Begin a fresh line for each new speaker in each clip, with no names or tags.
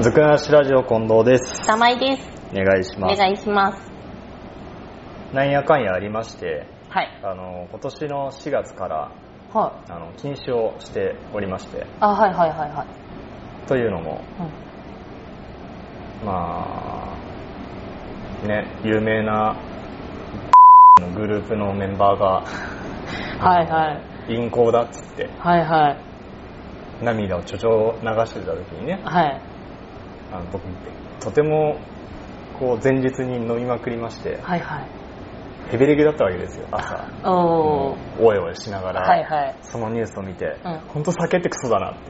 ずくなしラジオ近藤です。
玉井です。
お願いし
お
ます。
願いします。
なんやかんやありまして、
はい。
あの、今年の4月から、
は
あの、禁止をしておりまして
い。、あ、はいはいはいはい。
というのも、
うん
まあ、ね、有名な、のグループのメンバーが、
はいはい。
陰行だっつって、
はいはい。
涙をちょちょ流してた時にね、
はい。
あの僕、とても、こう、前日に飲みまくりまして、
はいはい。
ヘベレゲだったわけですよ、朝。
おー。
おいおいしながら、
は いはい。
そのニュースを見て、
うん
本当酒ってクソだなって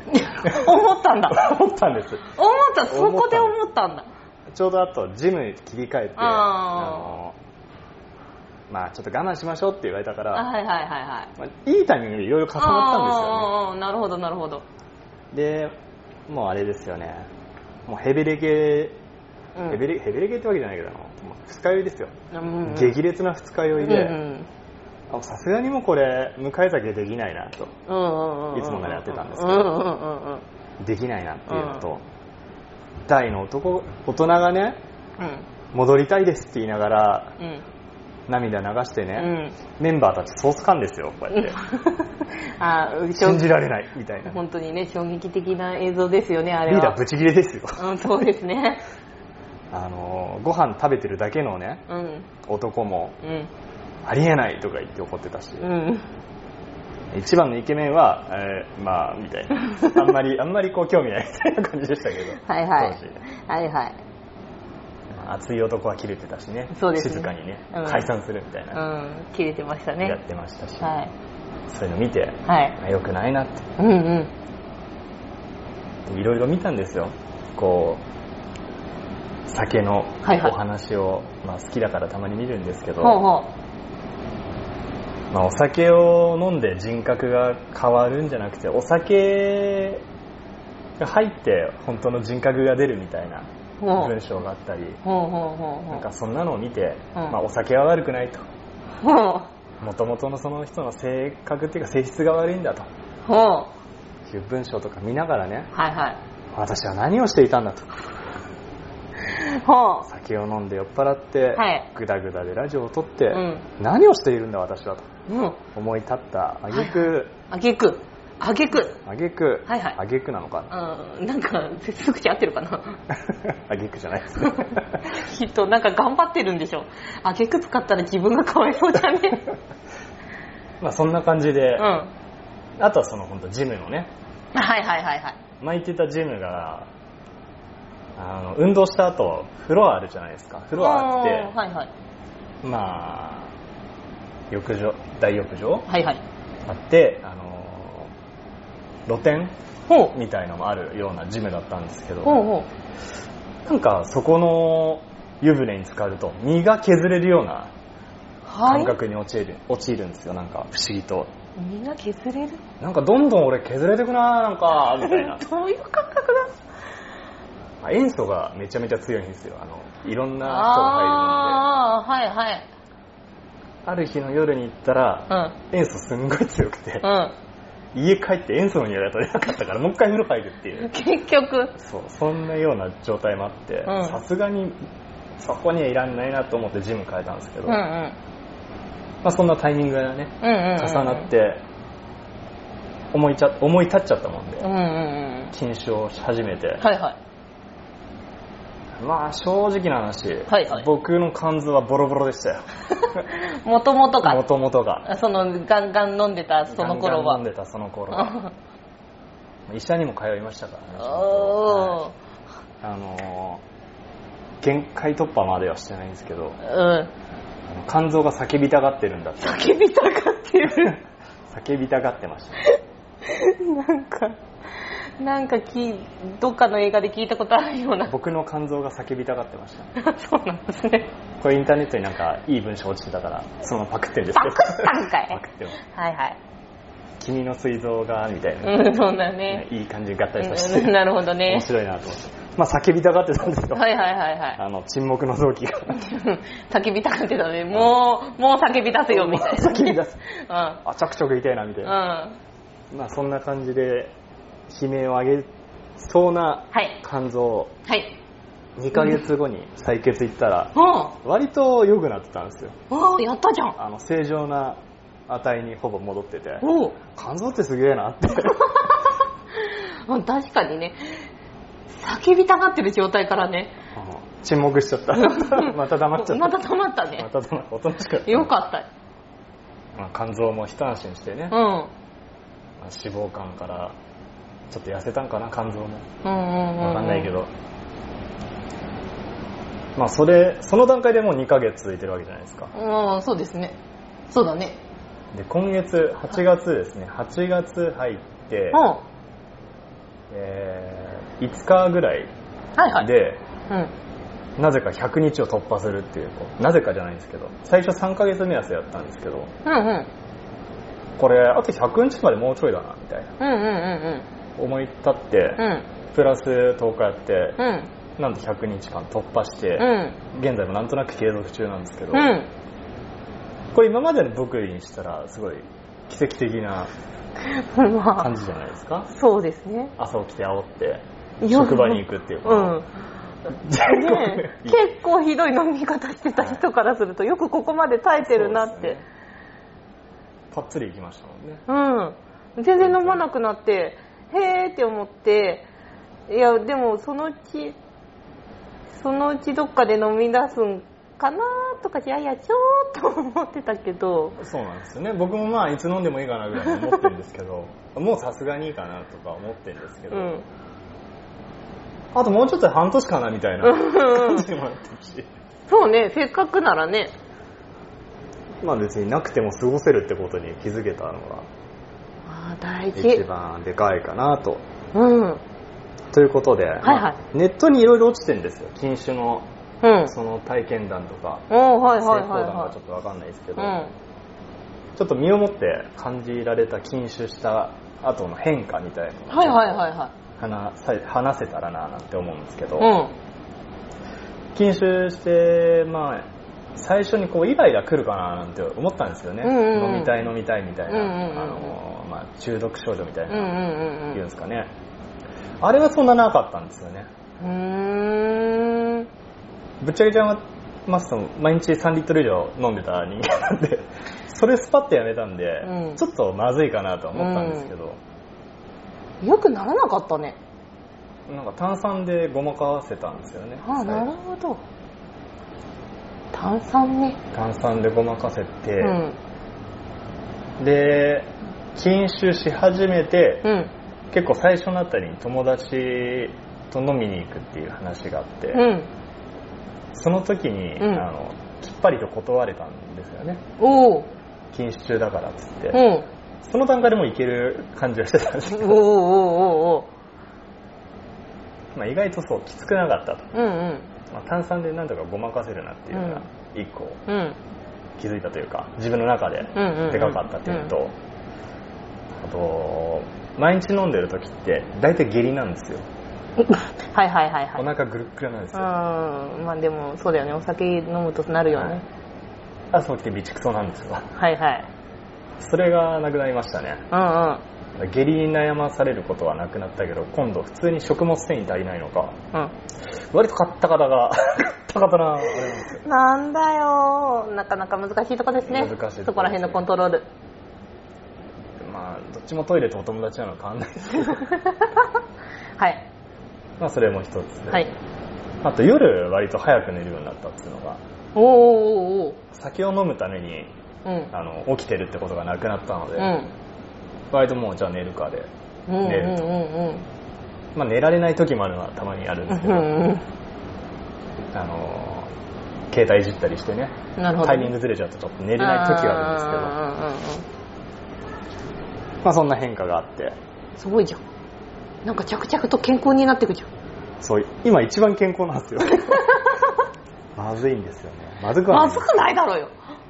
思ったんだ。
思ったんです
思った、そこで思ったんだ。
ちょうどあとジムに切り替えて
あー
のまあちょっと我慢しましょうって言われたか
あ
ら、
はいはいはいはい。
まあ、いいタイミングでいろいろ重なっ
ったんですよね。なるほどなるほど。
たんですよねでもうあれですよねもうヘビレゲ
うん
ヘビレヘビレゲってわけじゃないけどもう二日酔いですよ、
うん
激烈な二日酔い
うんう
で
ん
あさすがにもうこれ向かい酒できないなと
うんうん。
いつもならやってたんですけ
う
ど
んうんうんうん。
できないなっていうのと、大の男大人がね
う
戻りたいですって言いながら
ん。うん。
涙流して
う
ね、
ん。
メンバーたちソース感ですよこう やって
あー、
信じられないみたいな
本当にね、衝撃的な映像ですよね、あれは。
リーダーブチギレですよ
うん、そうですね。
あのーご飯食べてるだけのね
うん、
男も
うん、
ありえないとか言って怒ってたし、
うん。
一番のイケメンは、えーまあみたい なあんまりあんまりこう興味ないみたいな感じでしたけど
はいはい
当時。
はいはい。
まあ熱い男は切れてたしね
そうですね
静かにね、
うん
解散するみたいな、
うん、切れてましたね
や。ってましたし、
はい。
そういうの見て、
はい。
あ良くないなって
うんうん。
いろいろ見たんですよこう酒の
はいはい
お話を、まあ、好きだからたまに見るんですけど、
ほうほ
まあ、お酒を飲んで人格が変わるんじゃなくてお酒が入って本当の人格が出るみたいな
う。ほう
文章があったり、
ほうほうほうほう。
なんかそんなのを見て、
うん
まあ、お酒は悪くないと
ほう。
もともとのその人の性格っていうか性質が悪いんだと
ほう。
いう文章とか見ながらね
はいは
私は何をしていたんだと
い。ほう。
酒を飲んで酔っ払って、
はい
グダグダでラジオを撮って、
うん
何をしているんだ私はと
うん。
思い立った挙句
あげく。あげく。
挙句
はいはい
挙句なのかな
うん、なんか、接続詞合ってるかな
挙句じゃないです
きっと、なんか頑張ってるんでしょ。あげく使ったら自分がかわいそうじゃね
まあそんな感じで、
うん。は
あとはその本当ジムのね
いはいはいはい。
巻いてたジムがあの運動した後フロアあるじゃないですかフロアあって、
おーはいはい。
まあ浴場大浴場
はいはい。
あってあの露店
ほう。
みたいのもあるようなジムだったんですけど、
ほうほう。
なんかそこの湯船に浸かると身が削れるような
は
感
い。
覚に陥る,、陥るんですよなんか不思議と
身が削れる
なんかどんどん俺削れてくななんかみた いな
どういう感覚だ
あ塩素がめちゃめちゃ強いんですよあのいろんな人が入るので
ああー、はいはい。
ある日の夜に行ったら
うん。
塩素すんごい強くて
う
家帰って塩素の匂いが取れなかったからもう一回風呂入るってい
ん。
う
結局。
そうそんなような状態もあって
うん
さすがにそこにはいらんないなと思ってジム変えたんですけ
う
ど、
んうん。
まあ、そんなタイミングがね
うんうんうん。
重なっ。て思いちゃ思い立っちゃったもんで
うんうんうん。
禁酒をし始めて、
はいはい。
まあ正直な話、
はいはい
僕の肝臓はボロボロでしたよ
もともと
も
か。
ともとが
その、ガンガン飲んでた、その
ガ
頃
ンガン飲ん
は。
でたその頃は医者にも通いましたからねちゃんと
お
はいあのー限界突破まではしてないんですけど
ー。うん。
あの肝臓が叫びたがってるん だって
叫びたがってる。
叫びたがってました
なんか、なんかき、どっかの映画で聞いたことあるような。
僕の肝臓が叫びたがってました
そうなんですね。
これインターネットになんかいい文章落ちてたからそのままパクってんです
パ
け
ク
ど
ったんかい
パクってます
はいはい。
君の膵臓がみたいな、
うん、そうだ
ね
ね。
いい感じに合体させて
うんなるほどね
面。白いなと思って、まあ、叫びたがってたんですよ、
はいはいはいはい。
あの沈黙の臓器が
叫びたくてだね。もう、もう叫び出せよ、みたいな。
叫び出す
うん。
あちょくちょく痛いなみた
う
い
ん。
な、まあ、そんな感じで悲鳴を上げそうな
はい。
肝臓
はい。
2ヶ月後に採血行ったら
う
割と良くなってたんですよ
ん。わあ、やったじゃん。
あの正常な値にほぼ戻ってて
おう
肝臓ってすげえなって
うん。確かにね。叫びたがってる状態からね。
うん沈黙しちゃった また黙っちゃった
また溜まったね
ま。た黙おとなしくなた
よかった。
まあ肝臓も一安心してね、
う
ま
ん。
あ脂肪肝からちょっと痩せたんかな肝臓も
うんうんうん。
わかんないけ。ど、まあそれその段階でもう2ヶ月続いてるわけじゃないですか
うん、そうですね。そうだね。
で今月8月ですね8月入って、
うん。は
えー5日ぐらい
いはい。
で
うん。
なぜか100日を突破するっていうこうなぜかじゃないんですけど最初3ヶ月目安やったんですけど
うんうん。
これあと100日までもうちょいだなみたいな
うんうん
思い立って
うんうん。うん。
プラス10日やって
うん。
なんと100日間突破して、
うん。
現在もなんとなく継続中なんですけど、
うん。
これ今までの僕にしたらすごい奇跡的な
ま
感じじゃないですか
あ、そうですね。
朝起きて煽って
いや
職場に行くっていう
う
の
ん。ね、結構ひどい飲み方してた人からするとよくここまで耐えてるなっ
そう
て
ですねぱっつり行きましたもんね
うん全然飲まなくなってへーって思っていやでもそのうちそのうちどっかで飲み出すんかなとかいやいやちょーっと思ってたけど
そうなんですよね僕もまあいつ飲んでもいいかなぐらいに思ってるんですけどもうさすがにいいかなとか思ってるんですけど、
うん
あともうちょっとで半年かなみたいな感じにもなってるし
そうねせっかくならね
まあ別になくても過ごせるってことに気づけたのが
あー大
一
事
番でかいかなと
うん
ということで、
い
まあネットにいろいろ落ちてるんですよ禁酒の
うん
その体験談とか
おーはい
成
はい
功
はい
談がちょ
は
っとわかんないですけ
い
ど、ちょっと身をもって感じられた禁酒した後の変化みたいなの
う
を
んはいはいはいは
話さ話せたらななんて思うんですけど、
い
禁酒してまあ最初にこうイライラ来るかななんて思ったんですよね、
うんうんうん
飲みたい飲みたいみたいな、
うんうんうん
あのまあ、中毒症状みたい
うんうん
な、
うんうん
言う
う
ん
ん
ですかねあれはそんななかったんですよね
うーん
ぶっちゃけちゃいますと毎日3リットル以上飲んでた人間なん でそれスパッとやめたんで、
うん
ちょっとまずいかなとは思ったんですけど、
よくならなかったね
なんか炭酸でごまかわせたんですよね
ああなるほど炭酸ね
炭酸でごまかせて、
うん
で禁酒し始めて、
うん
結構最初のあたりに友達と飲みに行くっていう話があって、
うん
その時に、
うん
あのきっぱりと断れたんですよね
おお
禁酒中だからっつって、
うんおう
その段階でもういける感じはしてたんですけ
おう
ど、
おうおう
まあ、意外とそうきつくなかったと、
うんうん
まあ、炭酸でなんとかごまかせるなっていうのが一個
うん
気づいたというか自分の中で
うんうんうん
でかかったっていうのと、あと毎日飲んでる時って大体下痢なんですよ
はいはいはいはい
お腹ぐるっくらなんですよ、
うんまあでもそうだよねお酒飲むとなるよ
はい
ね
朝起きて備蓄そうなんですよ
はいはい
それがなくなりましたね
うんうん
下痢に悩まされることはなくなったけど今度普通に食物繊維足りないのか
うん
割とカッタカタが カッタカタなあれなんですよ
なんだよなかなか難しいとこですね
難しいとこですね
そこら辺のコントロール
まあどっちもトイレとお友達なの変わんないですけど
はい
まあそれも一つ、
はい
あと夜割と早く寝るようになったっていうのが
おおおうおう
酒を飲むために
おううん
あの起きてるってことがなくなったので、
うん
割ともうじゃあ寝るかで、
うんうん
寝ると
うんうん
まあ、寝られない時もあるのはたまにあるんですけ
う
ど、
んうん
あのー携帯いじったりしてね
なるほど
タイミングずれちゃうとちょっと寝れない時があるんで
るんですけど
すけどまあ、そんな変化があって
すごいじゃんなんか着々と健康になっていくじゃん
そう今一番健康なん ですよまずいんですよねまずくは
ま
ない
ずくないだろうよ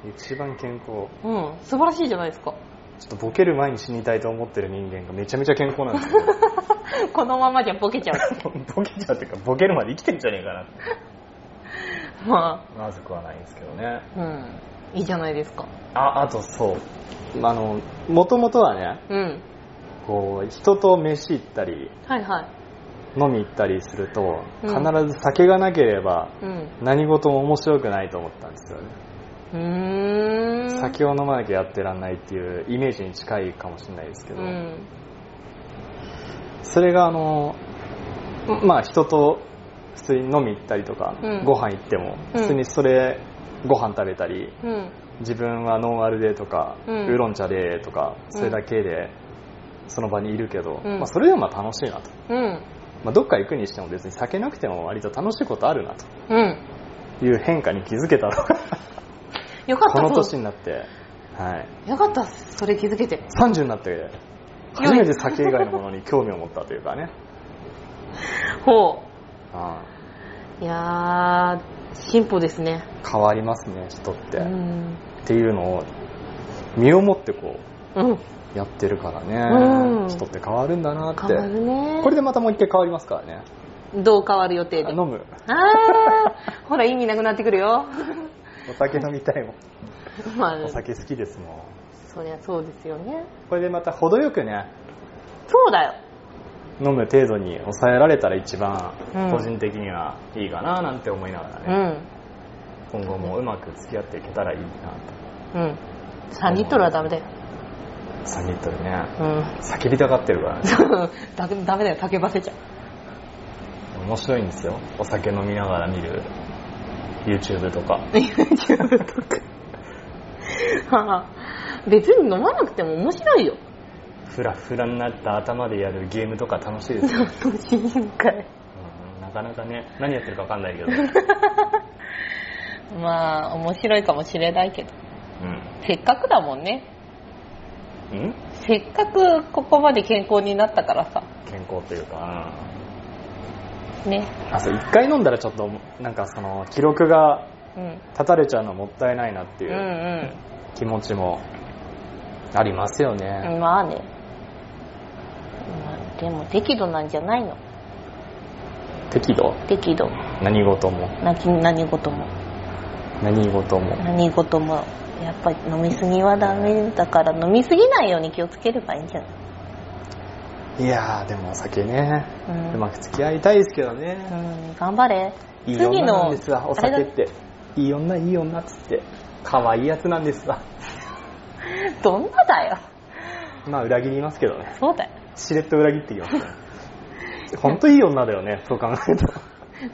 一番健康
うん素晴らしいじゃないですか
ちょっとボケる前に死にたいと思ってる人間がめちゃめちゃ健康なんですよ
このままじゃボケちゃう
ボケちゃうっていうかボケるまで生きてんじゃねえかなって
ま
まずくはないんですけどね
あうんいいじゃないですか
ああとそうあのもともとはね
うん
こう人と飯行ったり
はいはい
飲み行ったりすると、
うん
必ず酒がなければ
うん
何事も面白くないと思ったんですよね、
うーん
酒を飲まなきゃやってらんないっていうイメージに近いかもしれないですけど、
うん
それがあのまあ人と普通に飲み行ったりとか、
うん
ご飯行っても
うん
普通にそれご飯食べたり
うん
自分はノンアルでとか、
うん
ウーロン茶でとかそれだけでその場にいるけど、
うん
まあ、それでもまあ楽しいなと、
うん
まあ、どっか行くにしても別に酒なくても割と楽しいことあるなと
うん
いう変化に気づけたの が
よかっ
この
た
年
そう
になって、はい、
よかったそれ気づけて
30になって初めて酒以外のものに興味を持ったというかね、
ほ
あ
ういやー進歩ですね
あ変わりますね人って、
う
っ
ん
ていうのを身をもってこ
うん
うやってるからね、
うん
人って変わるんだなっ
変わ
て
るね
これでまたもう一回変わりますからね
どう変わる予定
あ
で
飲む
あーほら意味なくなってくる よ
お酒飲みたいもん
まあ
お酒好きですもん
そりゃそうですよね
これでまた程よくね
そうだよ
飲む程度に抑えられたら一番
うん
個人的にはいいかななんて思いながら
う
ね、
ん
今後もうまく付き合っていけたらいいな
うん3リットルはダメだよ
と3リットルね
うん
叫びたがってるからね
だダメだよ叫ば せちゃう
面白いんですよお酒飲みながら見る YouTube とか
YouTube とかはあ別に飲まなくても面白 いよ
フラフラになった頭でやるゲームとか楽しいです よ、
楽しいんかい
うんなかなかね何やってるか分かん ないけど、
まあ面白いかもしれないけどせっかくだもんね
うん、うん、
せっかくここまで健康になったからさ
健康というか、
ね
あそう1回飲んだらちょっとなんかその記録が
うん
立たれちゃうのはもったいないなって
う
い
ん
う気持ちもありますよ
う
ね、
んまあねまあでも適度なんじゃないの
適度
適度
何事も
なき何事も
何事も
何事もやっぱり飲みすぎはダメだから飲みすぎないように気をつければいいんじゃない
いやーでもお酒ね、
う
うんまく付き合いたいですけど
う
ね、
ん、頑張れ。
いい女なん
あ
ですわお
れだ
酒っていい女いい女っつって可愛いやつなんですわ
どんなだよ。
まあ裏切りますけどね
そうだよ。
しれっと裏切ってきますね本当いい女だよねそう考える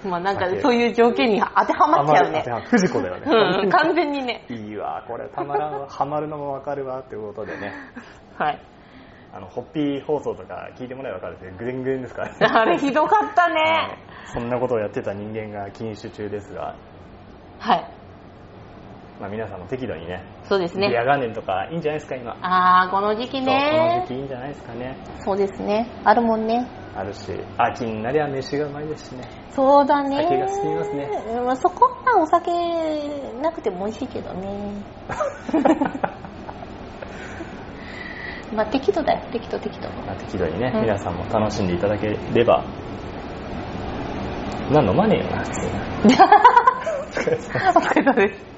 と
まあなんか
だけ
そういう条件に当てはまっちゃうね。
藤子だよね、
うん、完全にね。
いいわこれたまらんわハマるのもわかるわってことでね
はい。
あのホッピー放送とか聞いてもらえばわかるんですけどグレングレンですからね
あれひどかったね。
そんなことをやってた人間が禁酒中ですが、
はい。
まあ、皆さんも適度にね
そうです
ビア
ね。
ガーデンとかいいんじゃないですか今
あー、この時期
そうこの
ね。
時期いいんじゃないですかね
そうですね。あるもんね。
あるし秋になりゃ飯がうまいですしね
そうだね。
酒が進みますね
うん。まあそこはお酒なくても美味しいけどね。まあ適度だよ。適 度適度。
まあ適度にね、
うん
皆さんも楽しんでいただければなん飲まねえよな普通
お疲れ様です。